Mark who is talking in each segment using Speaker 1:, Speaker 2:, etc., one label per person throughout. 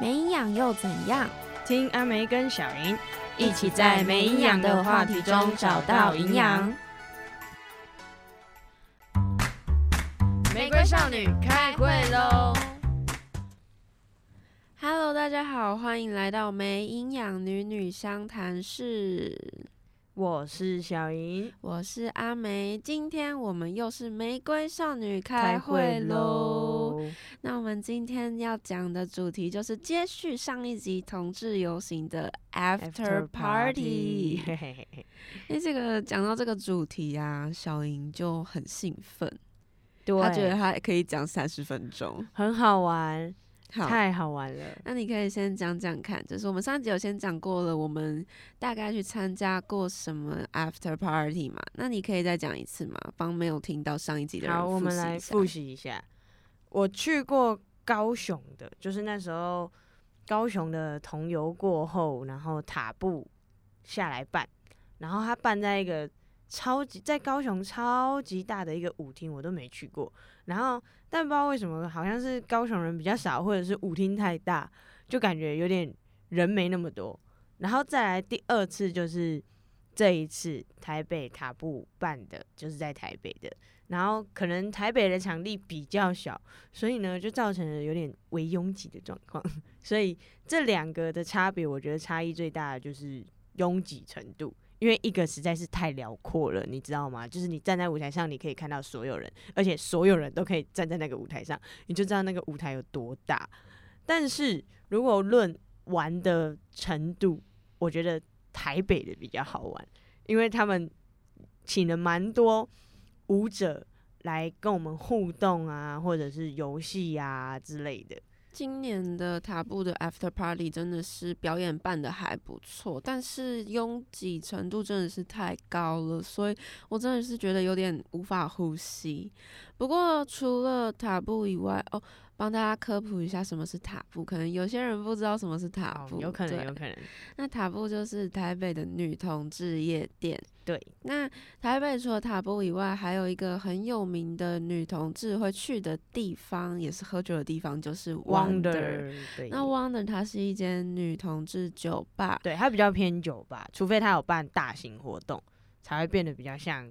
Speaker 1: 没营养又怎样？
Speaker 2: 听阿梅跟小莹
Speaker 1: 一起在没营养的话题中找到营养。。
Speaker 2: 玫瑰少女开会喽！
Speaker 1: Hello，大家好，欢迎来到没营养女女相谈室，
Speaker 2: 我是小莹，
Speaker 1: 我是阿梅。今天我们又是玫瑰少女开会喽。！那我们今天要讲的主题就是接续上一集同志游行的 After Party。
Speaker 2: 嘿嘿 嘿嘿
Speaker 1: 因为这个讲到这个主题啊，小莹就很兴奋，
Speaker 2: 对，
Speaker 1: 她觉得她可以讲三十分钟。
Speaker 2: 很好玩，
Speaker 1: 好，
Speaker 2: 太好玩了。
Speaker 1: 那你可以先讲讲看，就是我们上集有先讲过了，我们大概去参加过什么 after party 嘛？那你可以再讲一次吗？帮没有听到上一集的人
Speaker 2: 好，我们
Speaker 1: 复习一
Speaker 2: 来
Speaker 1: 下
Speaker 2: 复习一下。我去过高雄的，就是那时候高雄的同游过后，然后塔布下来办，然后他办在一个超级在高雄超级大的一个舞厅，我都没去过。然后但不知道为什么，好像是高雄人比较少，或者是舞厅太大，就感觉有点人没那么多。然后再来第二次就是这一次台北塔布办的，就是在台北的。然后可能台北的场地比较小，所以呢就造成了有点微拥挤的状况。所以这两个的差别，我觉得差异最大的就是拥挤程度。因为一个实在是太辽阔了，你知道吗？就是你站在舞台上，你可以看到所有人，而且所有人都可以站在那个舞台上，你就知道那个舞台有多大。但是如果论玩的程度，我觉得台北的比较好玩，因为他们请了蛮多舞者来跟我们互动啊，或者是游戏啊之类的。
Speaker 1: 今年的塔布的 after party 真的是表演办的还不错，但是拥挤程度真的是太高了，所以我真的是觉得有点无法呼吸。不过除了塔布以外，哦，帮大家科普一下什么是塔布，可能有些人不知道什么是塔布，
Speaker 2: 哦啊有可能，
Speaker 1: 对
Speaker 2: 有可能，
Speaker 1: 那塔布就是台北的女同志夜店。
Speaker 2: 对，
Speaker 1: 那台北除了塔布以外，还有一个很有名的女同志会去的地方，也是喝酒的地方，就是 Wonder。
Speaker 2: 对，
Speaker 1: 那 Wonder 它是一间女同志酒吧，
Speaker 2: 对它比较偏酒吧，除非它有办大型活动，才会变得比较像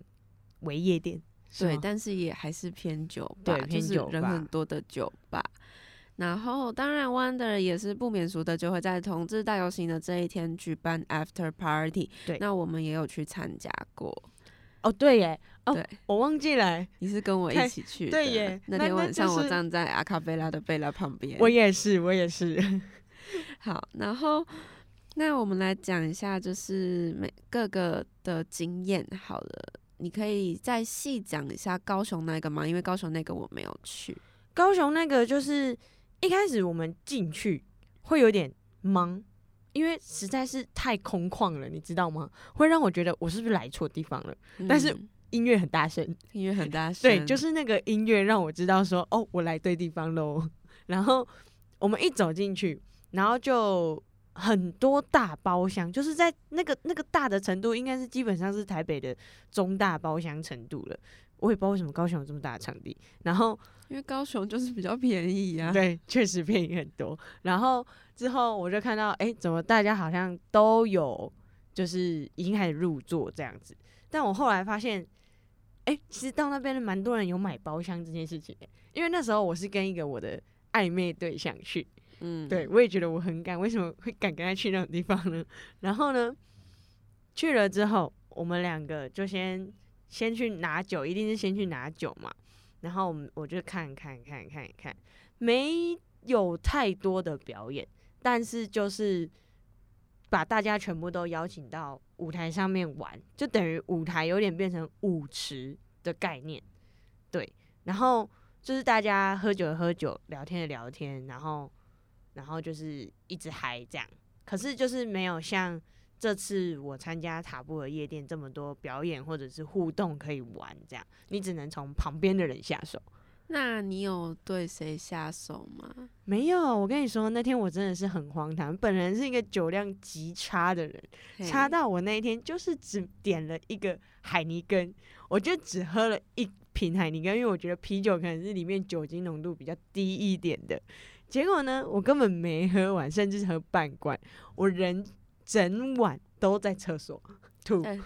Speaker 2: 为夜店。是
Speaker 1: 对，
Speaker 2: 吗
Speaker 1: 但是也还是偏酒吧
Speaker 2: 对，
Speaker 1: 就
Speaker 2: 偏
Speaker 1: 是
Speaker 2: 酒
Speaker 1: 人
Speaker 2: 吧
Speaker 1: 很多的酒吧。然后，当然，Wonder 也是不免俗的，就会在同志大游行的这一天举办 After Party。
Speaker 2: 对
Speaker 1: 那我们也有去参加过。
Speaker 2: 哦，对耶，哦
Speaker 1: 对，
Speaker 2: 我忘记了耶，
Speaker 1: 你是跟我一
Speaker 2: 太
Speaker 1: 起去的，
Speaker 2: 对耶
Speaker 1: 那
Speaker 2: 那
Speaker 1: 天
Speaker 2: 那
Speaker 1: 晚
Speaker 2: 就
Speaker 1: 上我
Speaker 2: 是
Speaker 1: 站在阿卡贝拉的贝拉旁边。
Speaker 2: 我也是，我也 是。
Speaker 1: 好，然后那我们来讲一下，就是每各个的经验好了。你可以再细讲一下高雄那个吗？因为高雄那个我没有去。
Speaker 2: 高雄那个就是一开始我们进去会有点懵，因为实在是太空旷了，你知道吗？会让我觉得我是不是来错地方了。但是
Speaker 1: 嗯
Speaker 2: 音乐很大声，
Speaker 1: 音乐很大声，
Speaker 2: 对，就是那个音乐让我知道说，哦，我来对地方喽。 然后我们一走进去，然后就很多大包厢，就是在那个那个大的程度，应该是基本上是台北的中大包厢程度了。我也不知道为什么高雄有这么大的场地，然后
Speaker 1: 因为高雄就是比较便宜啊。
Speaker 2: 对， 确实便宜很多。然后之后我就看到，哎、怎么大家好像都有，就是已经开始入座这样子。但我后来发现，哎、其实到那边的蛮多人有买包厢这件事情、因为那时候我是跟一个我的暧昧对象去，
Speaker 1: 嗯，
Speaker 2: 对，我也觉得我很敢，为什么会敢跟他去那种地方呢？然后呢，去了之后，我们两个就先先去拿酒，一定是先去拿酒嘛。然后我们我就看看看看看，没有太多的表演，但是就是把大家全部都邀请到舞台上面玩，就等于舞台有点变成舞池的概念，对。然后就是大家喝酒的喝酒，聊天的聊天，然后然后就是一直嗨这样。可是就是没有像这次我参加塔布尔夜店这么多表演或者是互动可以玩这样，你只能从旁边的人下手。
Speaker 1: 那你有对谁下手吗？
Speaker 2: 没有，我跟你说，那天我真的是很荒唐。本人是一个酒量极差的人，
Speaker 1: 嘿
Speaker 2: 差到我那一天就是只点了一个海尼根，我就只喝了一瓶海尼根，因为我觉得啤酒可能是里面酒精浓度比较低一点的。结果呢，我根本没喝完，甚至喝半罐，我人整晚都在厕所吐
Speaker 1: 在，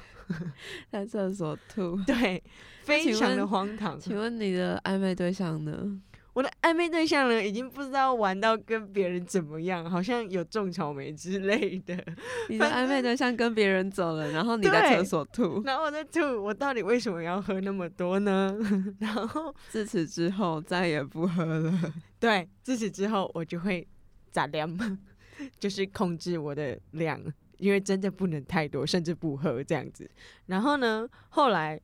Speaker 1: 在厕所 吐。
Speaker 2: 对，非
Speaker 1: 请
Speaker 2: 常的
Speaker 1: 问
Speaker 2: 荒唐。
Speaker 1: 请问你的暧昧对象呢？
Speaker 2: 我的暧昧对象呢，已经不知道玩到跟别人怎么样，好像有种草莓之类的。
Speaker 1: 你的
Speaker 2: 反
Speaker 1: 暧昧对象跟别人走了，然后你在
Speaker 2: 对
Speaker 1: 厕所吐。
Speaker 2: 然后我在吐，我到底为什么要喝那么多呢？然后
Speaker 1: 自此之后再也不 喝了。
Speaker 2: 对，自此之后我就会咋量， 就是控制我的量，因为真的不能太多，甚至不喝这样子。然后呢，后来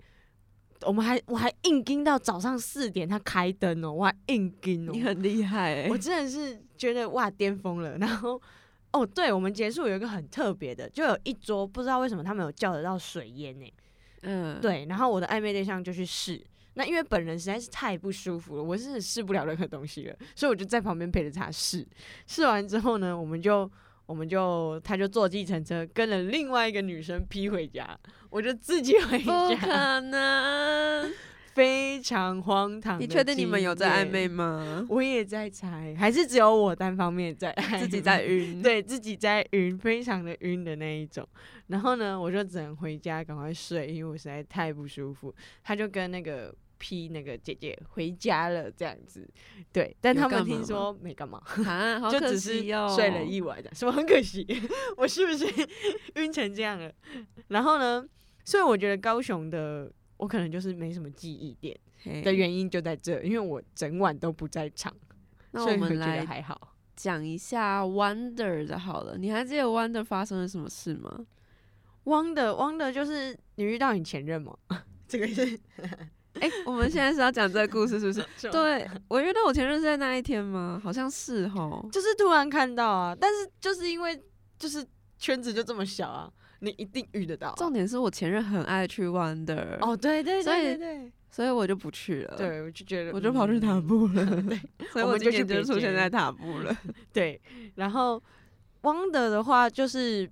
Speaker 2: 我们还我还硬盯到早上四点，他开灯哦，我还硬盯哦，
Speaker 1: 你很厉害哎、
Speaker 2: 我真的是觉得哇巅峰了。然后哦，对我们结束有一个很特别的，就有一桌不知道为什么他们有叫得到水烟欸呢、
Speaker 1: 嗯，，
Speaker 2: 对，然后我的暧昧对象就去试。那因为本人实在是太不舒服了，我真的试不了任何东西了，所以我就在旁边陪着他试。试完之后呢，我们就我们就他就坐计程车跟了另外一个女生劈回家，我就自己回
Speaker 1: 不
Speaker 2: 家，
Speaker 1: 可能。
Speaker 2: 非常荒唐。
Speaker 1: 你确定你们有在暧昧
Speaker 2: 吗？
Speaker 1: 吗？
Speaker 2: 我也在猜，还是只有我单方面在暧昧
Speaker 1: 自己在晕。，
Speaker 2: 对自己在晕，非常的晕的那一种。然后呢，我就只能回家赶快睡，因为我实在太不舒服。他就跟那个 P 那个姐姐回家了，这样子。对，但
Speaker 1: 有
Speaker 2: 他们
Speaker 1: 干嘛
Speaker 2: 听
Speaker 1: 吗
Speaker 2: 说没干嘛，
Speaker 1: 啊，好
Speaker 2: 就
Speaker 1: 可
Speaker 2: 只是
Speaker 1: 惜哦。
Speaker 2: 睡了一晚这样，什么很可惜？ 我是不是晕成这样了？然后呢，所以我觉得高雄的我可能就是没什么记忆点
Speaker 1: 嘿
Speaker 2: 的原因就在这，因为我整晚都不在场，
Speaker 1: 那
Speaker 2: 所以
Speaker 1: 我们
Speaker 2: 觉得
Speaker 1: 来
Speaker 2: 还好。
Speaker 1: 讲一下 Wonder 的好了。你还记得 Wonder 发生了什么事吗？
Speaker 2: 汪的汪的就是你遇到你前 任吗？这个是
Speaker 1: 哎、我们现在是要讲这个故事是不是？
Speaker 2: 对，啊
Speaker 1: 对，我约到我前任是在那一天吗？好像是吼。
Speaker 2: 就是突然看到啊，但是就是因为就是圈子就这么小啊，你一定遇得到啊、
Speaker 1: 重点是我前任很爱去 Wonder，、
Speaker 2: 哦，对对
Speaker 1: 所
Speaker 2: 对
Speaker 1: 以
Speaker 2: 对
Speaker 1: 所以我就不去了。
Speaker 2: 对，，对我就觉得嗯
Speaker 1: 我就跑去
Speaker 2: 他
Speaker 1: 塔布了。对，所以我
Speaker 2: 我们
Speaker 1: 今
Speaker 2: 就去
Speaker 1: 天就
Speaker 2: 别
Speaker 1: 出
Speaker 2: 间
Speaker 1: 现在塔布了。
Speaker 2: 对，然后汪的的话就是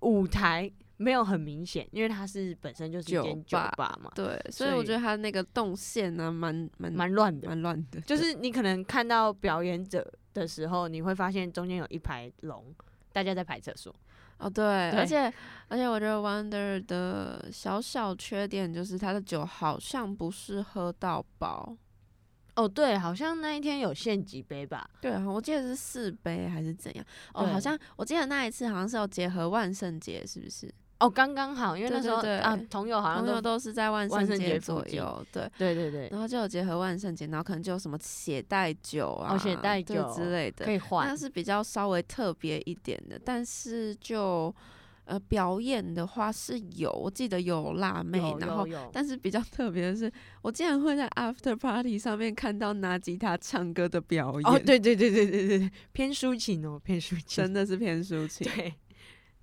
Speaker 2: 舞台没有很明显，因为它是本身就是一间酒
Speaker 1: 酒吧
Speaker 2: 吧嘛，
Speaker 1: 对，所
Speaker 2: 所
Speaker 1: 以我
Speaker 2: 以
Speaker 1: 觉得他那个动线呢、蛮蛮
Speaker 2: 蛮乱的，
Speaker 1: 蛮乱的，
Speaker 2: 就
Speaker 1: 对
Speaker 2: 是你可能看到表演者的时候，你会发现中间有一排龙，大家在排厕所。
Speaker 1: 哦对，
Speaker 2: 对
Speaker 1: 而且而且我觉得 Wonder 的小小缺点就是他的酒好像不是喝到饱，
Speaker 2: 哦，对，好像那一天有限几杯吧？
Speaker 1: 对，啊我记得是四杯还是怎样，哦，
Speaker 2: 对
Speaker 1: 好像我记得那一次好像是有结合万圣节，是不是？
Speaker 2: 哦，刚刚好，因为
Speaker 1: 对
Speaker 2: 那时
Speaker 1: 对
Speaker 2: 候
Speaker 1: 对
Speaker 2: 啊，同友好像
Speaker 1: 朋
Speaker 2: 都
Speaker 1: 友都是嗯在万
Speaker 2: 万圣节
Speaker 1: 节
Speaker 2: 附
Speaker 1: 左
Speaker 2: 近
Speaker 1: 右，对，
Speaker 2: 对对对，
Speaker 1: 然后就有结合万圣节，然后可能就有什么血袋酒啊、
Speaker 2: 血袋
Speaker 1: 对
Speaker 2: 酒
Speaker 1: 之类的，
Speaker 2: 可以
Speaker 1: 那
Speaker 2: 换。
Speaker 1: 是比较稍微特别一点的，但是就呃表演的话是有，我记得有辣妹，
Speaker 2: 有
Speaker 1: 然后
Speaker 2: 有有
Speaker 1: 但是比较特别的是，我竟然会在 after party 上面看到拿吉他唱歌的表演，
Speaker 2: 哦，，对对对对对对对，偏抒情哦，偏抒情
Speaker 1: 真。的是偏抒情，
Speaker 2: 对，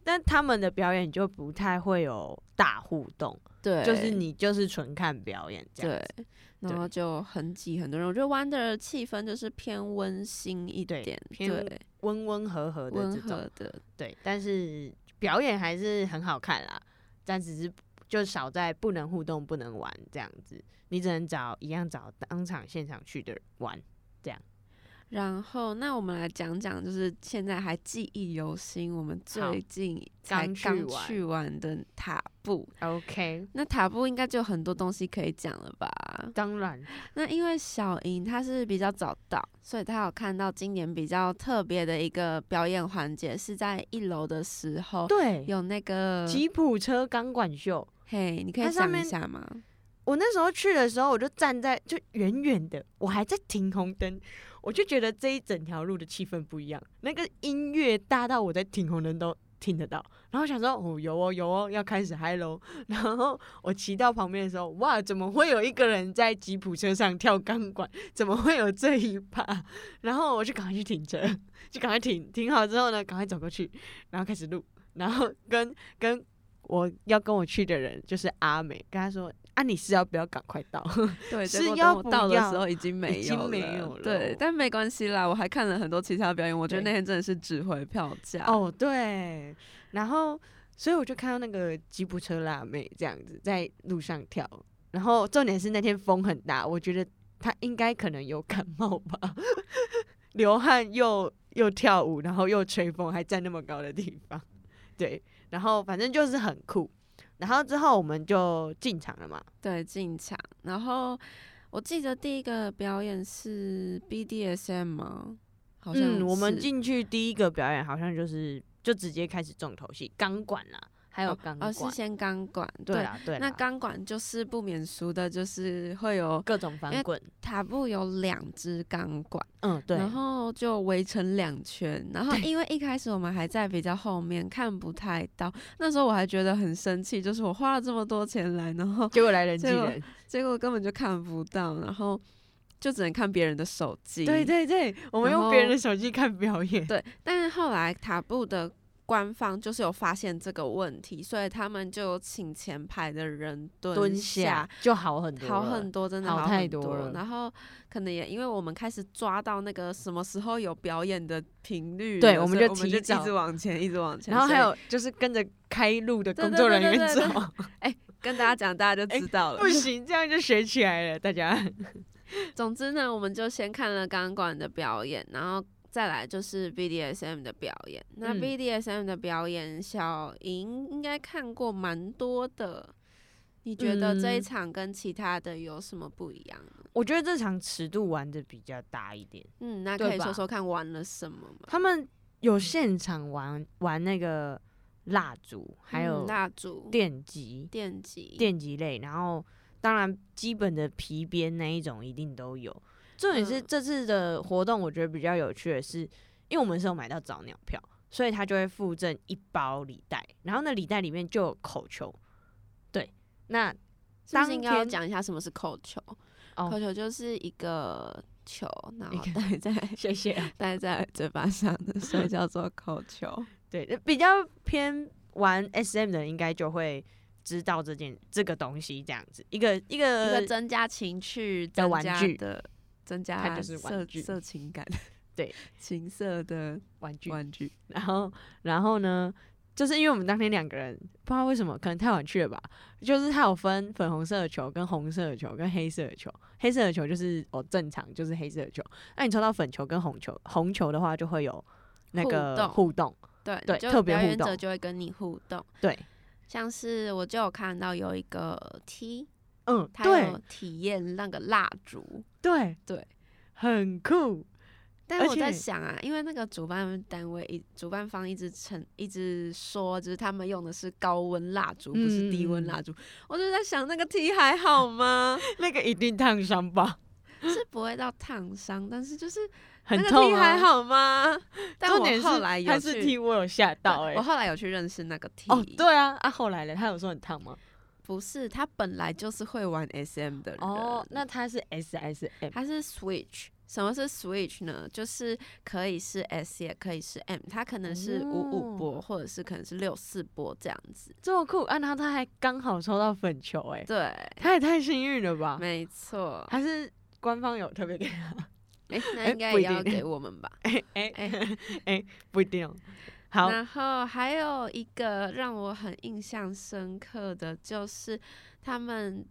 Speaker 2: 但他们的表演就不太会有大互动，
Speaker 1: 对
Speaker 2: 就是你就是纯看表演这样
Speaker 1: 对
Speaker 2: 子。，
Speaker 1: 然后就很挤很多人，我觉得 Wonder 的气氛就是偏温馨一
Speaker 2: 对
Speaker 1: 点，
Speaker 2: 偏
Speaker 1: 对，
Speaker 2: 温温和和的
Speaker 1: 温
Speaker 2: 这种。
Speaker 1: 和的，
Speaker 2: 对，但是表演还是很好看啦，但只是就少在不能互动、不能玩这样子，你只能找一样找当场现场去的人玩。
Speaker 1: 然后，那我们来讲讲，就是现在还记忆犹新，我们
Speaker 2: 好
Speaker 1: 最近才
Speaker 2: 刚去
Speaker 1: 刚
Speaker 2: 完
Speaker 1: 去完的塔布。
Speaker 2: OK，
Speaker 1: 那塔布应该就有很多东西可以讲了吧？
Speaker 2: 当然，
Speaker 1: 那因为小莹她是比较早到，所以她有看到今年比较特别的一个表演环节，是在一楼的时候
Speaker 2: 对，
Speaker 1: 有那个，
Speaker 2: 吉普车钢管秀。
Speaker 1: 嘿，你可
Speaker 2: 它
Speaker 1: 以
Speaker 2: 上
Speaker 1: 想一
Speaker 2: 面
Speaker 1: 下吗？
Speaker 2: 我那时候去的时候，我就站在就远远的，我还在停红灯，我就觉得这一整条路的气氛不一样，那个音乐大到我在停红灯都听得到。然后想说，哦，有哦有哦，要开始嗨喽。 然后我骑到旁边的时候，哇，怎么会有一个人在吉普车上跳钢管？怎么会有这一趴？然后我就赶快去停车，就赶快停，停好之后呢，赶快走过去，然后开始录，然后跟跟我要跟我去的人就是阿美，跟他说啊，你是要不要赶快到？
Speaker 1: 对，结
Speaker 2: 是
Speaker 1: 果等
Speaker 2: 要
Speaker 1: 我
Speaker 2: 不
Speaker 1: 到的
Speaker 2: 要
Speaker 1: 时候已经没有
Speaker 2: 已经
Speaker 1: 了，
Speaker 2: 没有了
Speaker 1: 对，但没关系啦，我还看了很多其他表演，我觉得
Speaker 2: 对
Speaker 1: 那天真的是值回票价。
Speaker 2: 哦，对，然后所以我就看到那个吉普车辣妹这样子在路上跳，然后重点是那天风很大，我觉得她应该可能有感冒吧， 流汗又又跳舞，然后又吹风，还站那么高的地方，对，然后反正就是很酷。然后之后我们就进场了嘛，
Speaker 1: 对，进场。然后我记得第一个表演是 BDSM 吗？好像
Speaker 2: 嗯，我们
Speaker 1: 是
Speaker 2: 进去第一个表演好像就是就直接开始重头戏，钢管啦，还有
Speaker 1: 哦
Speaker 2: 钢
Speaker 1: 哦，
Speaker 2: 管，
Speaker 1: 是先钢管，
Speaker 2: 对
Speaker 1: 对。
Speaker 2: 啦对啦，
Speaker 1: 那钢管就是不免俗的，就是会有
Speaker 2: 各种
Speaker 1: 因
Speaker 2: 翻
Speaker 1: 为
Speaker 2: 滚，
Speaker 1: 塔布有两支钢管，
Speaker 2: 嗯对，
Speaker 1: 然后就围成两圈。然后因为一开始我们还在比较后面，看不太到，那时候我还觉得很生气，就是我花了这么多钱来，然后
Speaker 2: 结果来人挤
Speaker 1: 结果
Speaker 2: 人，
Speaker 1: 结果根本就看不到，然后就只能看别人的手机。
Speaker 2: 对对对，我们
Speaker 1: 然
Speaker 2: 用别人
Speaker 1: 后
Speaker 2: 的手机看表演，
Speaker 1: 对，但是后来塔布的官方就是有发现这个问题，所以他们就有请前排的人蹲
Speaker 2: 蹲
Speaker 1: 下
Speaker 2: 下。就好很多了，
Speaker 1: 好很多，真的
Speaker 2: 好
Speaker 1: 好
Speaker 2: 太
Speaker 1: 很
Speaker 2: 多了
Speaker 1: 然后可能也因为我们开始抓到那个什么时候有表演的频率了，
Speaker 2: 对我
Speaker 1: 我
Speaker 2: 们就
Speaker 1: 就
Speaker 2: 提
Speaker 1: 一
Speaker 2: 早
Speaker 1: 直往前，一直往前。
Speaker 2: 然后
Speaker 1: 所
Speaker 2: 还
Speaker 1: 以
Speaker 2: 有就是跟着开路的
Speaker 1: 对
Speaker 2: 工
Speaker 1: 对
Speaker 2: 作
Speaker 1: 对
Speaker 2: 人
Speaker 1: 对
Speaker 2: 员
Speaker 1: 对
Speaker 2: 走，
Speaker 1: 跟大家讲，大家就
Speaker 2: 哎
Speaker 1: 知道了。
Speaker 2: 不行，这样就学起来了，大家。
Speaker 1: 总之呢，我们就先看了钢管的表演，然后再来就是 BDSM 的表演。那
Speaker 2: 嗯
Speaker 1: BDSM 的表演，小莹应该看过蛮多的。你觉得这一
Speaker 2: 嗯
Speaker 1: 场跟其他的有什么不一样呢？
Speaker 2: 我觉得这场尺度玩的比较大一点，
Speaker 1: 嗯，那
Speaker 2: 对
Speaker 1: 可以
Speaker 2: 吧
Speaker 1: 说说看玩了什么吗？
Speaker 2: 他们有现场玩玩那个蜡烛，还有
Speaker 1: 嗯蜡烛、
Speaker 2: 电极、
Speaker 1: 电极、
Speaker 2: 电极类，然后当然基本的皮鞭那一种一定都有。重点是
Speaker 1: 嗯
Speaker 2: 这次的活动，我觉得比较有趣的是，因为我们是有买到早鸟票，所以他就会附赠一包礼袋，然后那礼袋里面就有口球。对，那
Speaker 1: 是不是应
Speaker 2: 当
Speaker 1: 该要
Speaker 2: 天
Speaker 1: 讲一下什么是扣球？
Speaker 2: 哦
Speaker 1: 扣球就是一个球，然
Speaker 2: 一
Speaker 1: 后
Speaker 2: 个
Speaker 1: 戴在
Speaker 2: 谢谢。
Speaker 1: 戴在嘴巴上的，所以叫做扣球。
Speaker 2: 对，比较偏玩 SM 的人应该就会知道这件这个东西，这样子一个一
Speaker 1: 一
Speaker 2: 个
Speaker 1: 个增加情趣
Speaker 2: 的
Speaker 1: 增
Speaker 2: 玩
Speaker 1: 加
Speaker 2: 具
Speaker 1: 呃的，增
Speaker 2: 它
Speaker 1: 加
Speaker 2: 就是玩
Speaker 1: 色
Speaker 2: 具
Speaker 1: 色情 感，
Speaker 2: 对
Speaker 1: 情色的
Speaker 2: 玩具
Speaker 1: 玩具。
Speaker 2: 然后，然后呢，就是因为我们当天两个人不知道为什么，可能太晚去了吧。就是它有分粉红色的球、跟红色的球、跟黑色的球。黑色的球就是哦正常，就是黑色的球。那你抽到粉球跟红球，红球的话就会有那个
Speaker 1: 互
Speaker 2: 互动。
Speaker 1: 对
Speaker 2: 对
Speaker 1: 就
Speaker 2: 特别
Speaker 1: 表
Speaker 2: 互
Speaker 1: 演者
Speaker 2: 动
Speaker 1: 就会跟你互动。
Speaker 2: 对，
Speaker 1: 像是我就有看到有一个 T，
Speaker 2: 嗯，
Speaker 1: 他
Speaker 2: 对
Speaker 1: 有体验那个蜡烛。
Speaker 2: 对
Speaker 1: 对，
Speaker 2: 很酷。
Speaker 1: 但
Speaker 2: 而
Speaker 1: 我在
Speaker 2: 且
Speaker 1: 想啊，因为那个主办单位一主办方一直称一直说，就是他们用的是高温蜡烛，不是低温
Speaker 2: 嗯
Speaker 1: 蜡烛。我就在想，那个 T 还好吗？
Speaker 2: 那个一定烫伤吧？
Speaker 1: 是不会到烫伤，但是就是
Speaker 2: 很
Speaker 1: 那个
Speaker 2: 痛、
Speaker 1: T
Speaker 2: 啊。
Speaker 1: 还好吗？但
Speaker 2: 重
Speaker 1: 我
Speaker 2: 点是
Speaker 1: 后来有
Speaker 2: 他是
Speaker 1: 去
Speaker 2: T，我有吓
Speaker 1: 对
Speaker 2: 到哎、
Speaker 1: 我后来有去认识那个 T，
Speaker 2: 哦，，对啊，啊后来嘞，他有说很烫吗？
Speaker 1: 不是他本来就是会玩 SM 的人，
Speaker 2: 哦，那他是 S S M
Speaker 1: 他是 Switch。什么是 Switch 呢？就是可以是 S 也可以是 M，它可能是五
Speaker 2: 哦
Speaker 1: 五波或者是可能是六四波这样子。
Speaker 2: 这么酷啊！然后他还刚好抽到粉球、哎，
Speaker 1: 对，
Speaker 2: 他也太幸运了吧！
Speaker 1: 没 错。
Speaker 2: 还是官方有特 别给他？
Speaker 1: 哎、那
Speaker 2: 哎
Speaker 1: 应该
Speaker 2: 不
Speaker 1: 也
Speaker 2: 一
Speaker 1: 要
Speaker 2: 定
Speaker 1: 给我们吧？
Speaker 2: 哎 哎
Speaker 1: 哎、
Speaker 2: 不一定哦。好，
Speaker 1: 然后还有一个让我很印象深刻的就是他们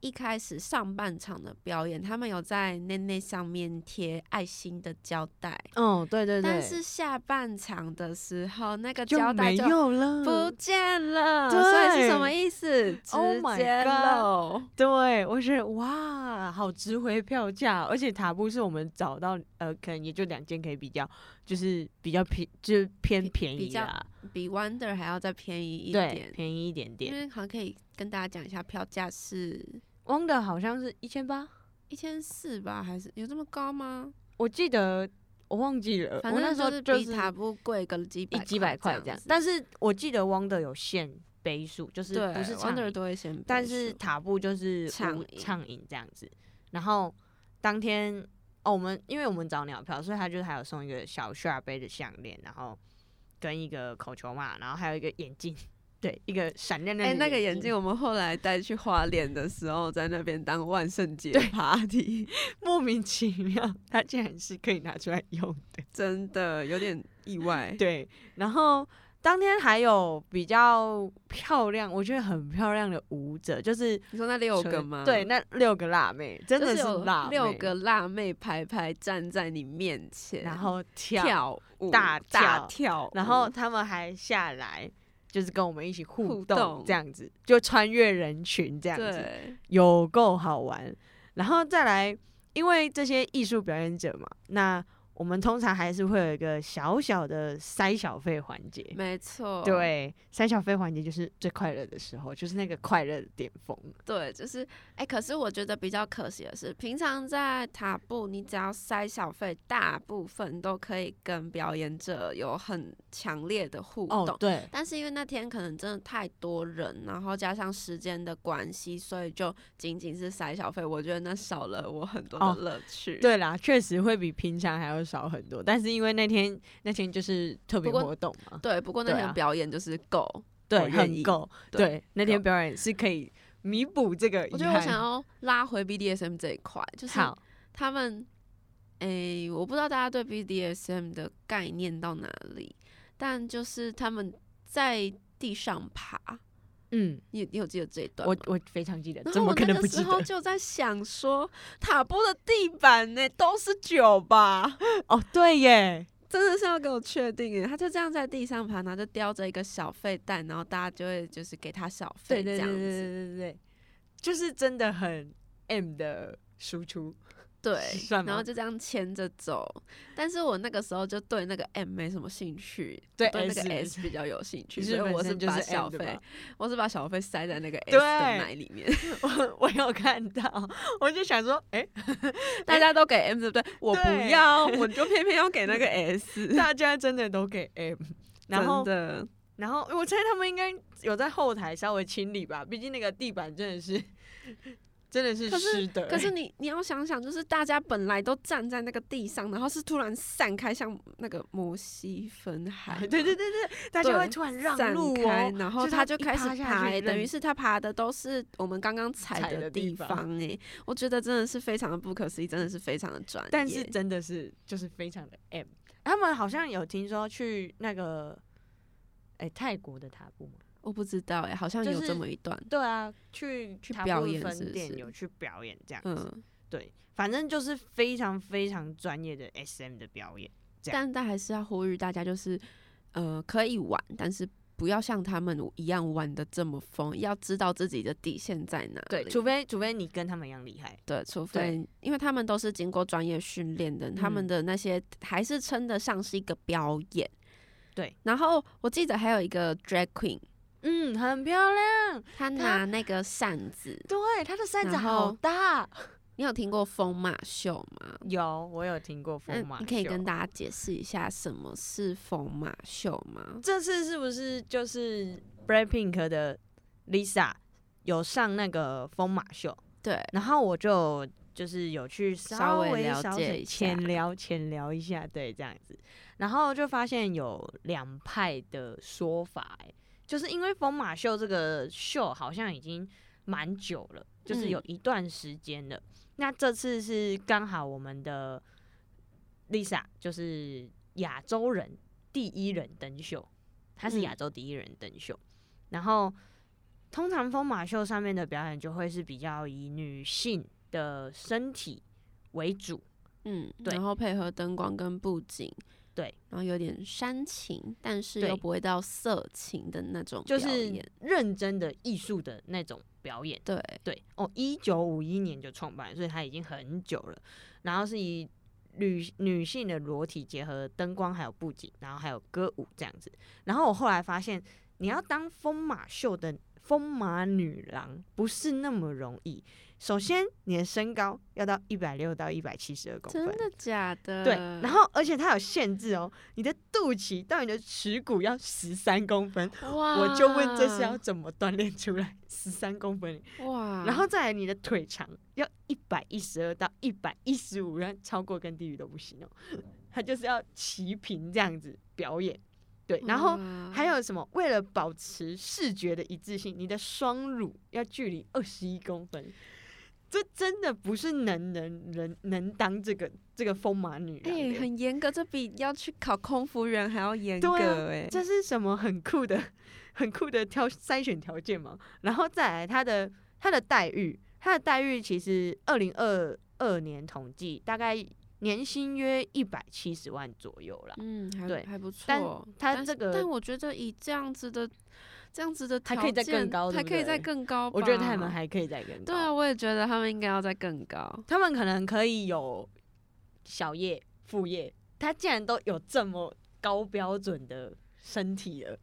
Speaker 1: 一开始上半场的表演，他们有在内内上面贴爱心的胶带，
Speaker 2: 哦，对对对，
Speaker 1: 但是下半场的时候那个
Speaker 2: 就
Speaker 1: 胶带
Speaker 2: 没
Speaker 1: 就
Speaker 2: 有了。
Speaker 1: 不见了，
Speaker 2: 对
Speaker 1: 所以是什么意思？
Speaker 2: Oh
Speaker 1: 直
Speaker 2: my
Speaker 1: 接
Speaker 2: god
Speaker 1: 漏。
Speaker 2: 对，我觉得哇，好值回票价，而且塔布是我们找到呃，可能也就两间可以比较，就是比较便，就是偏
Speaker 1: 比
Speaker 2: 便
Speaker 1: 比
Speaker 2: 宜
Speaker 1: 较
Speaker 2: 啦，
Speaker 1: 比 Wonder 还要再便宜一
Speaker 2: 对，
Speaker 1: 点，
Speaker 2: 便宜一点
Speaker 1: 因
Speaker 2: 点。
Speaker 1: 为好像可以跟大家讲一下，票价是
Speaker 2: Wonder 好像是一千八，
Speaker 1: 一千四吧，还是有这么高吗？
Speaker 2: 我记得我忘记了，
Speaker 1: 反
Speaker 2: 我那
Speaker 1: 正
Speaker 2: 时候
Speaker 1: 是
Speaker 2: 就
Speaker 1: 比
Speaker 2: 是
Speaker 1: 塔布贵个几
Speaker 2: 一
Speaker 1: 百
Speaker 2: 几百块
Speaker 1: 这
Speaker 2: 这样
Speaker 1: 子。
Speaker 2: 但是我记得 Wonder 有限杯数，就是
Speaker 1: 对，
Speaker 2: 不是畅
Speaker 1: Wonder
Speaker 2: 饮，
Speaker 1: 都会先，
Speaker 2: 但是塔布就是
Speaker 1: 畅
Speaker 2: 无
Speaker 1: 饮
Speaker 2: 畅饮这样子。然后当天哦，我们因为我们找鸟票，所以他就还有送一个小需要杯的项链，然后跟一个口球嘛，然后还有一个眼镜，对，一个闪亮亮
Speaker 1: 哎、
Speaker 2: 的。
Speaker 1: 那个眼镜，我们后来带去花莲的时候，在那边当万圣 节 party，
Speaker 2: 莫名其妙，它竟然是可以拿出来用的。
Speaker 1: 真的有点意外。
Speaker 2: 对，然后当天还有比较漂亮，我觉得很漂亮的舞者，就是
Speaker 1: 你说那六个
Speaker 2: 纯
Speaker 1: 吗？
Speaker 2: 对，，那六个辣妹真
Speaker 1: 就
Speaker 2: 的
Speaker 1: 是有
Speaker 2: 辣妹，
Speaker 1: 六个辣妹排排站在你面前，
Speaker 2: 然后跳，
Speaker 1: 跳舞
Speaker 2: 大
Speaker 1: 大
Speaker 2: 跳
Speaker 1: 跳舞，
Speaker 2: 然后他们还下来，就是跟我们一起
Speaker 1: 互
Speaker 2: 互
Speaker 1: 动
Speaker 2: 动，这样子就穿越人群这样子，
Speaker 1: 对，
Speaker 2: 有够好玩。然后再来，因为这些艺术表演者嘛，那我们通常还是会有一个小小的塞小费环节。
Speaker 1: 没错，
Speaker 2: 对，塞小费环节就是最快乐的时候，就是那个快乐的巅峰。
Speaker 1: 对，就是哎、可是我觉得比较可惜的是，平常在塔布，你只要塞小费，大部分都可以跟表演者有很强烈的互动。
Speaker 2: 哦，对，
Speaker 1: 但是因为那天可能真的太多人，然后加上时间的关系，所以就仅仅是塞小费，我觉得那少了我很多
Speaker 2: 哦
Speaker 1: 的乐趣。，
Speaker 2: 对啦，确实会比平常还要少很多，但是因为那天那天就是特别
Speaker 1: 不过
Speaker 2: 活动嘛，
Speaker 1: 对，不过那
Speaker 2: 对
Speaker 1: 天
Speaker 2: 啊
Speaker 1: 表演就是够，我
Speaker 2: 对，
Speaker 1: 愿
Speaker 2: 很
Speaker 1: 意
Speaker 2: 够，
Speaker 1: 对
Speaker 2: 对，那天表演是可以弥补这个遗
Speaker 1: 我觉得我想
Speaker 2: 憾。
Speaker 1: 要拉回 BDSM 这一块，就是
Speaker 2: 好，
Speaker 1: 他们，诶、我不知道大家对 BDSM 的概念到哪里，但就是他们在地上爬，
Speaker 2: 嗯，
Speaker 1: 你你有记得这一段吗
Speaker 2: 我？我非常记得，
Speaker 1: 然
Speaker 2: 怎
Speaker 1: 后
Speaker 2: 么
Speaker 1: 我
Speaker 2: 可
Speaker 1: 那
Speaker 2: 能不
Speaker 1: 个时
Speaker 2: 记
Speaker 1: 候
Speaker 2: 得？
Speaker 1: 就在想说，塔波的地板呢、都是酒吧，
Speaker 2: 哦，对耶，
Speaker 1: 真的是要给我确定耶。他就这样在地上爬，然后就叼着一个小费袋，然后大家就会就是给他小费
Speaker 2: 对
Speaker 1: 这
Speaker 2: 对对
Speaker 1: 样
Speaker 2: 对
Speaker 1: 子。
Speaker 2: 对对对，就是真的很 M 的输出。
Speaker 1: 对，
Speaker 2: 算
Speaker 1: 然后
Speaker 2: 吗
Speaker 1: 就这样牵着走。但是我那个时候就对那个 M 没什么兴趣，
Speaker 2: 对
Speaker 1: 我哦对那
Speaker 2: S
Speaker 1: 个 S 比较有兴趣，
Speaker 2: 你
Speaker 1: 所
Speaker 2: 是
Speaker 1: 以我
Speaker 2: 本身就
Speaker 1: 把
Speaker 2: 是
Speaker 1: 小
Speaker 2: M 的
Speaker 1: 费
Speaker 2: 吧，
Speaker 1: 我是把小费塞在那个 S
Speaker 2: 对
Speaker 1: 的奶里 面。
Speaker 2: 我 我有看到，我就想说， 哎、
Speaker 1: 大家都给 M 对不对？我不
Speaker 2: 对
Speaker 1: 要，我就偏偏要给那个 S。
Speaker 2: 大家真的都给 M，然后
Speaker 1: 真的，
Speaker 2: 然后我猜他们应该有在后台稍微清理吧，毕竟那个地板真的是真的是
Speaker 1: 可是
Speaker 2: 湿的、
Speaker 1: 可是你你要想想，就是大家本来都站在那个地上，然后是突然散开，像那个摩西分海嘛。
Speaker 2: 对对对对，大家
Speaker 1: 对
Speaker 2: 会突然让
Speaker 1: 散
Speaker 2: 路
Speaker 1: 开，
Speaker 2: 哦。
Speaker 1: 然后
Speaker 2: 就是
Speaker 1: 他
Speaker 2: 他
Speaker 1: 就
Speaker 2: 一
Speaker 1: 开始
Speaker 2: 趴下
Speaker 1: 爬、
Speaker 2: 去
Speaker 1: 欸，等于
Speaker 2: 扔
Speaker 1: 是他爬的都是我们刚刚踩
Speaker 2: 踩
Speaker 1: 的
Speaker 2: 的地
Speaker 1: 地
Speaker 2: 方
Speaker 1: 方、欸，我觉得真的是非常的不可思议，真的是非常的专业。
Speaker 2: 但是真的是就是非常的 M。他们好像有听说去那个哎、泰国的塔布吗？
Speaker 1: 我不知道、欸，哎，好像
Speaker 2: 就
Speaker 1: 有这
Speaker 2: 是
Speaker 1: 么一段，
Speaker 2: 对啊，去
Speaker 1: 去
Speaker 2: 塔布
Speaker 1: 表
Speaker 2: 的
Speaker 1: 演是
Speaker 2: 分
Speaker 1: 不
Speaker 2: 店
Speaker 1: 是
Speaker 2: 有去表演这样子。
Speaker 1: 嗯，
Speaker 2: 对，反正就是非常非常专业的 SM 的表演。这样
Speaker 1: 但但还是要呼吁大家，就是呃，可以玩，但是不要像他们一样玩的这么疯，要知道自己的底线在哪里。
Speaker 2: 对，除非除非你跟他们一样厉害。
Speaker 1: 对，除
Speaker 2: 对
Speaker 1: 非因为他们都是经过专业训练的，他们
Speaker 2: 嗯
Speaker 1: 的那些还是称得上是一个表演。
Speaker 2: 对，
Speaker 1: 然后我记得还有一个 drag queen，
Speaker 2: 嗯，很漂亮。
Speaker 1: 她拿那个扇子，
Speaker 2: 对，他的扇子
Speaker 1: 然
Speaker 2: 好
Speaker 1: 后
Speaker 2: 大。
Speaker 1: 你有听过疯马秀吗？
Speaker 2: 有，我有听过
Speaker 1: 那
Speaker 2: 风马
Speaker 1: 嗯
Speaker 2: 秀。
Speaker 1: 你可以跟大家解释一下什么是疯马秀吗？
Speaker 2: 这次是不是就是 Blackpink 的 Lisa 有上那个疯马秀，
Speaker 1: 对，
Speaker 2: 然后我就就是有去
Speaker 1: 稍
Speaker 2: 稍
Speaker 1: 微
Speaker 2: 微
Speaker 1: 了
Speaker 2: 稍
Speaker 1: 解
Speaker 2: 微
Speaker 1: 一下
Speaker 2: 浅聊浅聊一下，对，这样子，然后就发现有两派的说法、欸，就是因为疯马秀这个秀好像已经蛮久了，就是有
Speaker 1: 嗯
Speaker 2: 一段时间了。那这次是刚好我们的 Lisa 就是亚洲人第一人登秀，她是亚
Speaker 1: 嗯
Speaker 2: 洲第一人登秀，然后通常疯马秀上面的表演就会是比较以女性的身体为主，
Speaker 1: 嗯，
Speaker 2: 对
Speaker 1: 然后配合灯光跟布景，
Speaker 2: 对，
Speaker 1: 然后有点煽情，但是又
Speaker 2: 对
Speaker 1: 不会到色情的那种
Speaker 2: 就
Speaker 1: 表
Speaker 2: 是
Speaker 1: 演
Speaker 2: 认真的艺术的那种表演。
Speaker 1: 对，
Speaker 2: 对，哦，一九五一年就创办，所以它已经很久了。然后是以女女性的裸体结合灯光还有布景，然后还有歌舞这样子。然后我后来发现，你要当疯马秀的疯马女郎不是那么容易。首先，你的身高要到一百六到一百七十二公分
Speaker 1: 真，的假的？
Speaker 2: 对，然后而且它有限制哦，你的肚脐到你的耻骨要十三公分。
Speaker 1: 哇，
Speaker 2: 我就问这是要怎么锻炼出来十三公分？
Speaker 1: 哇，
Speaker 2: 然后再来你的腿长要一百一十二到一百一十五，然后超过跟地狱都不行哦。他就是要齐平这样子表演，对，然后。
Speaker 1: 哇
Speaker 2: 还有什么？为了保持视觉的一致性，你的双乳要距离二十一公分，这真的不是能能能能当这个这个风马女
Speaker 1: 哎、
Speaker 2: 郎的、
Speaker 1: 很严格，这比要去考空服员还要严
Speaker 2: 对啊
Speaker 1: 格哎、
Speaker 2: 这是什么很酷的、 很酷的挑筛选条件吗？然后再来他的他的待遇，他的待遇其实二零二二年统计大概年薪约一百七十万左右啦。
Speaker 1: 嗯，还
Speaker 2: 对
Speaker 1: 还不错。
Speaker 2: 但他
Speaker 1: 但
Speaker 2: 这
Speaker 1: 是
Speaker 2: 个
Speaker 1: 但我觉得以这样子的这样子的
Speaker 2: 还
Speaker 1: 条
Speaker 2: 可以再更
Speaker 1: 件
Speaker 2: 高对
Speaker 1: 还
Speaker 2: 不
Speaker 1: 可以
Speaker 2: 对
Speaker 1: 再更高吧。
Speaker 2: 我觉得他们还可以再更高，
Speaker 1: 对啊，我也觉得他们应该要再更高。
Speaker 2: 他们可能可以有小业副业，他既然都有这么高标准的身体了，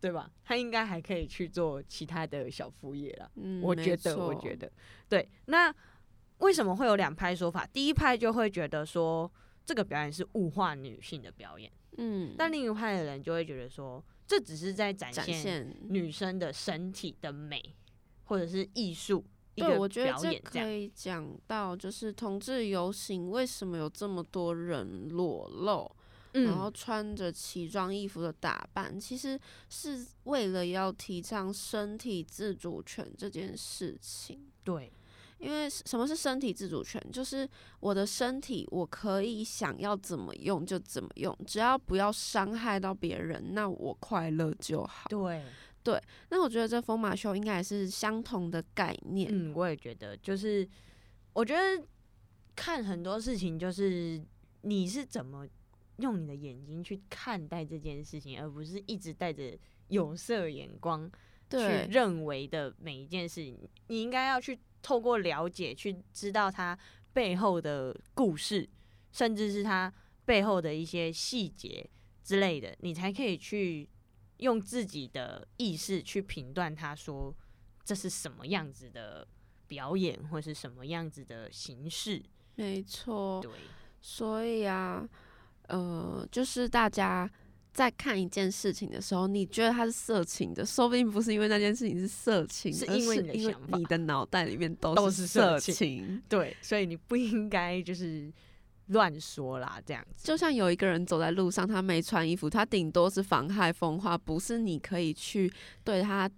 Speaker 2: 对吧？他应该还可以去做其他的小副业啦。
Speaker 1: 嗯，
Speaker 2: 我
Speaker 1: 没
Speaker 2: 觉得，我
Speaker 1: 错
Speaker 2: 觉得，对。那为什么会有两派说法？第一派就会觉得说这个表演是物化女性的表演，
Speaker 1: 嗯，
Speaker 2: 但另一派的人就会觉得说这只是在展
Speaker 1: 展
Speaker 2: 现
Speaker 1: 现
Speaker 2: 女生的身体的美，或者是艺术一
Speaker 1: 对，
Speaker 2: 个
Speaker 1: 我觉得
Speaker 2: 表
Speaker 1: 这
Speaker 2: 演这样
Speaker 1: 可。以讲到，就是同志游行为什么有这么多人裸露，然后
Speaker 2: 嗯，
Speaker 1: 穿着奇装异服的打扮，其实是为了要提倡身体自主权这件事情。
Speaker 2: 对，
Speaker 1: 因为是什么是身体自主权？就是我的身体，我可以想要怎么用就怎么用，只要不要伤害到别人，那我快乐就好。
Speaker 2: 对，
Speaker 1: 那我觉得这疯马秀应该也是相同的概念。
Speaker 2: 嗯，我也觉得，就是我觉得看很多事情，就是你是怎么用你的眼睛去看待这件事情，而不是一直带着有色眼光去
Speaker 1: 对，
Speaker 2: 认为的每一件事情。你应该要去透过了解，去知道它背后的故事，甚至是它背后的一些细节之类的，你才可以去用自己的意识去评断它，说这是什么样子的表演，或是什么样子的形式。
Speaker 1: 没错。
Speaker 2: 对，
Speaker 1: 所以啊，呃，就是大家在看一件事情的时候，你觉得它是色情的，说不定不是因为那件事情是色情，
Speaker 2: 是
Speaker 1: 而
Speaker 2: 因为你
Speaker 1: 是
Speaker 2: 的
Speaker 1: 因为
Speaker 2: 想法
Speaker 1: 你的脑袋里面都
Speaker 2: 都是
Speaker 1: 是
Speaker 2: 色情
Speaker 1: 情。
Speaker 2: 对，所以你不应该就是乱说啦，这样子。
Speaker 1: 就像有一个人走在路上，他没穿衣服，他顶多是妨害风化，不是你可以去对他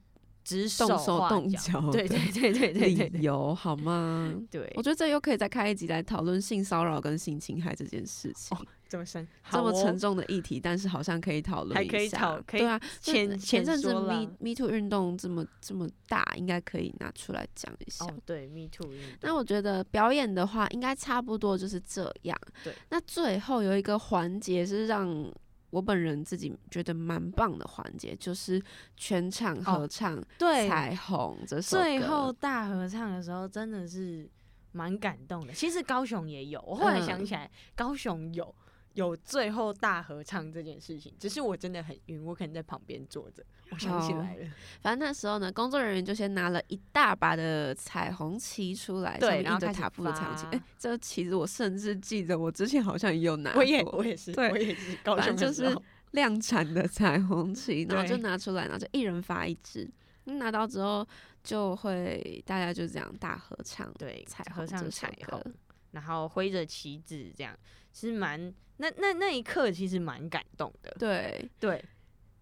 Speaker 2: 只
Speaker 1: 动手
Speaker 2: 画
Speaker 1: 动脚
Speaker 2: 对对对对对对
Speaker 1: 理由好吗？
Speaker 2: 对，
Speaker 1: 我觉得这又可以再开一集来讨论性骚扰跟性侵害这件事情，
Speaker 2: 这么深，
Speaker 1: 这么沉
Speaker 2: 重，
Speaker 1: 重的议题，但是好像可以讨论
Speaker 2: 哦还
Speaker 1: 一
Speaker 2: 可以
Speaker 1: 下
Speaker 2: 讨可以
Speaker 1: 对啊，就
Speaker 2: 前
Speaker 1: 前
Speaker 2: 前
Speaker 1: 阵子
Speaker 2: 说
Speaker 1: Me
Speaker 2: 啦
Speaker 1: Me Too 运动这么这么大，应该可以拿出来讲一下。
Speaker 2: 哦，对，Me too 运动。
Speaker 1: 那我觉得表演的话，应该差不多就是这样。
Speaker 2: 对，
Speaker 1: 那最后有一个环节是让我本人自己觉得蛮棒的环节，就是全场合唱《
Speaker 2: 哦对
Speaker 1: 彩虹》这首歌。
Speaker 2: 最后大合唱的时候真的是蛮感动的。其实高雄也有，我后来想
Speaker 1: 嗯
Speaker 2: 起来，高雄有有最后大合唱这件事情，只是我真的很晕，我可能在旁边坐着，我想起
Speaker 1: 好
Speaker 2: 来了，
Speaker 1: 反正那时候呢，工作人员就先拿了一大把的彩虹旗出来，
Speaker 2: 对
Speaker 1: 上面
Speaker 2: 然后
Speaker 1: 印着
Speaker 2: 开始
Speaker 1: 塔布的彩虹旗。
Speaker 2: 发
Speaker 1: 哎、这旗子我甚至记得，我之前好像也有拿过。
Speaker 2: 我也 我也是，
Speaker 1: 对
Speaker 2: 我也是高
Speaker 1: 反
Speaker 2: 雄
Speaker 1: 正
Speaker 2: 的
Speaker 1: 就
Speaker 2: 时
Speaker 1: 是
Speaker 2: 候，
Speaker 1: 量产的彩虹旗，然后就
Speaker 2: 对
Speaker 1: 拿出来，然后就一人发一支。拿到之后就会大家就这样大合唱，
Speaker 2: 对，
Speaker 1: 彩
Speaker 2: 合
Speaker 1: 虹
Speaker 2: 唱
Speaker 1: 这
Speaker 2: 彩
Speaker 1: 首
Speaker 2: 虹
Speaker 1: 歌，
Speaker 2: 然后挥着旗子这样，是蛮那那那一刻其实蛮感动的，
Speaker 1: 对。
Speaker 2: 对，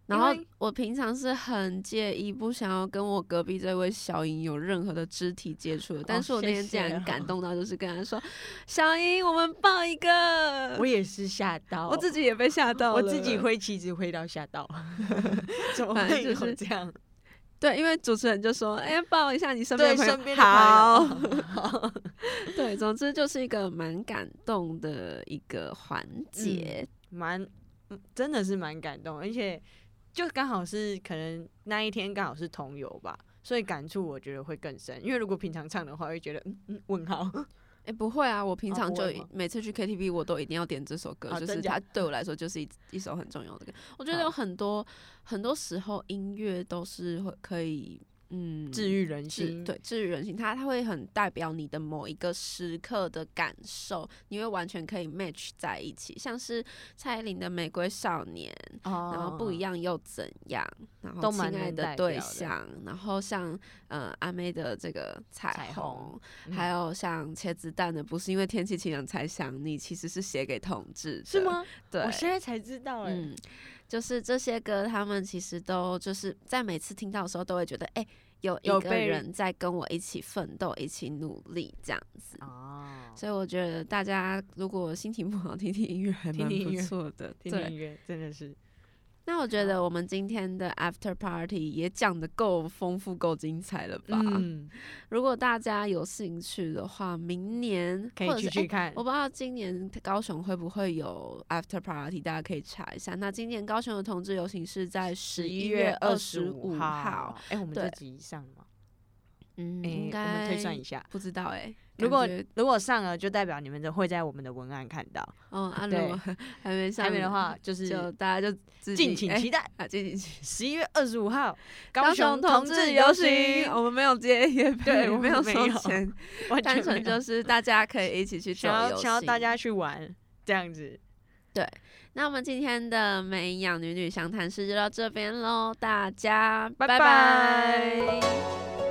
Speaker 1: 然后
Speaker 2: 因为
Speaker 1: 我平常是很介意，不想要跟我隔壁这位小莹有任何的肢体接触的，但是我那天
Speaker 2: 谢
Speaker 1: 竟
Speaker 2: 谢
Speaker 1: 然
Speaker 2: 哦
Speaker 1: 感动到，就是跟他说：“小莹，我们抱一个。
Speaker 2: 我也是吓到，”
Speaker 1: 我自己也被吓到了，
Speaker 2: 我自己挥旗子挥到 吓到，怎么
Speaker 1: 反正
Speaker 2: 会
Speaker 1: 就
Speaker 2: 有
Speaker 1: 是
Speaker 2: 这样？
Speaker 1: 对，因为主持人就说：“哎、抱一下你身边
Speaker 2: 对，
Speaker 1: 的朋友。
Speaker 2: 身边的
Speaker 1: 好，
Speaker 2: 朋 友好
Speaker 1: 对，总之就是一个蛮感动的一个环节。
Speaker 2: 蛮嗯真的是蛮感动，而且就刚好是可能那一天刚好是同游吧，所以感触我觉得会更深。因为如果平常唱的话，会觉得嗯嗯问号，
Speaker 1: 哎、不会啊，我平
Speaker 2: 哦
Speaker 1: 常
Speaker 2: 不
Speaker 1: 就
Speaker 2: 会
Speaker 1: 一
Speaker 2: 吗
Speaker 1: 每次去 KTV 我都一定要点这首歌，
Speaker 2: 啊
Speaker 1: 就
Speaker 2: 真
Speaker 1: 是
Speaker 2: 假
Speaker 1: 它对我来说就是一一首很重要的歌。我觉得
Speaker 2: 好
Speaker 1: 有很多很多时候音乐都是会可以嗯
Speaker 2: 治愈人
Speaker 1: 治
Speaker 2: 心。
Speaker 1: 对治愈人心，它它会很代表你的某一个时刻的感受，你会完全可以 match 在一起，像是蔡依林的《玫瑰少年》。
Speaker 2: 哦，
Speaker 1: 然后不一样又怎样？然后
Speaker 2: 都
Speaker 1: 亲
Speaker 2: 蛮
Speaker 1: 爱
Speaker 2: 能代
Speaker 1: 的
Speaker 2: 表
Speaker 1: 对
Speaker 2: 的
Speaker 1: 象，然后像呃阿妹的这个
Speaker 2: 彩
Speaker 1: 彩
Speaker 2: 虹
Speaker 1: 虹，
Speaker 2: 嗯
Speaker 1: 还有像茄子蛋的，不是因为天气晴朗才想你，其实是写给同志，
Speaker 2: 是？吗？
Speaker 1: 对嗯
Speaker 2: 我，现在才知道哎、
Speaker 1: 嗯，就是这些歌，他们其实都就是在每次听到的时候，都会觉得哎。有一
Speaker 2: 有
Speaker 1: 个
Speaker 2: 被
Speaker 1: 人在跟我一起奋斗、一起努力这样子。
Speaker 2: 哦，
Speaker 1: 所以我觉得大家如果心情不好，听听音乐还
Speaker 2: 听
Speaker 1: 蛮
Speaker 2: 听音
Speaker 1: 不
Speaker 2: 乐
Speaker 1: 错的。
Speaker 2: 听
Speaker 1: 对
Speaker 2: 听音乐真的是
Speaker 1: 那我觉得我们今天的 After Party 也讲的够丰富、够精彩了吧？
Speaker 2: 嗯，
Speaker 1: 如果大家有兴趣的话，明年
Speaker 2: 可
Speaker 1: 或者
Speaker 2: 以
Speaker 1: 是哎哦
Speaker 2: 去
Speaker 1: 诶
Speaker 2: 去看
Speaker 1: 我不知道今年高雄会不会有 After Party，大家可以查一下。那今年高雄的同志游行是在十一月二十五号，。
Speaker 2: 哎，我们
Speaker 1: 对
Speaker 2: 这集上了吗？
Speaker 1: 嗯，
Speaker 2: 哎
Speaker 1: 应
Speaker 2: 我们
Speaker 1: 该
Speaker 2: 推算一下，
Speaker 1: 不知道哎、
Speaker 2: 如果
Speaker 1: 感觉
Speaker 2: 如果上了，就代表你们的会在我们的文案看到；
Speaker 1: 嗯，啊，如
Speaker 2: 对
Speaker 1: 果还没上
Speaker 2: 下面的话，就
Speaker 1: 就是大家就自己
Speaker 2: 敬请期待
Speaker 1: 哎。啊，敬请期
Speaker 2: 十一月二十五号，
Speaker 1: 高
Speaker 2: 高雄
Speaker 1: 同
Speaker 2: 志
Speaker 1: 游哦
Speaker 2: 游行，
Speaker 1: 我们没有接夜配，
Speaker 2: 对
Speaker 1: 也
Speaker 2: 我
Speaker 1: 没有
Speaker 2: 们没
Speaker 1: 收
Speaker 2: 有
Speaker 1: 钱，
Speaker 2: 完
Speaker 1: 单
Speaker 2: 全
Speaker 1: 纯
Speaker 2: 没有
Speaker 1: 就是大家可以一起去走
Speaker 2: 想
Speaker 1: 游
Speaker 2: 要
Speaker 1: 行。
Speaker 2: 想要大家去玩这样子。
Speaker 1: 那我们今天的美营养女女详谈室就到这边喽，大家
Speaker 2: 拜
Speaker 1: 拜
Speaker 2: 拜
Speaker 1: 拜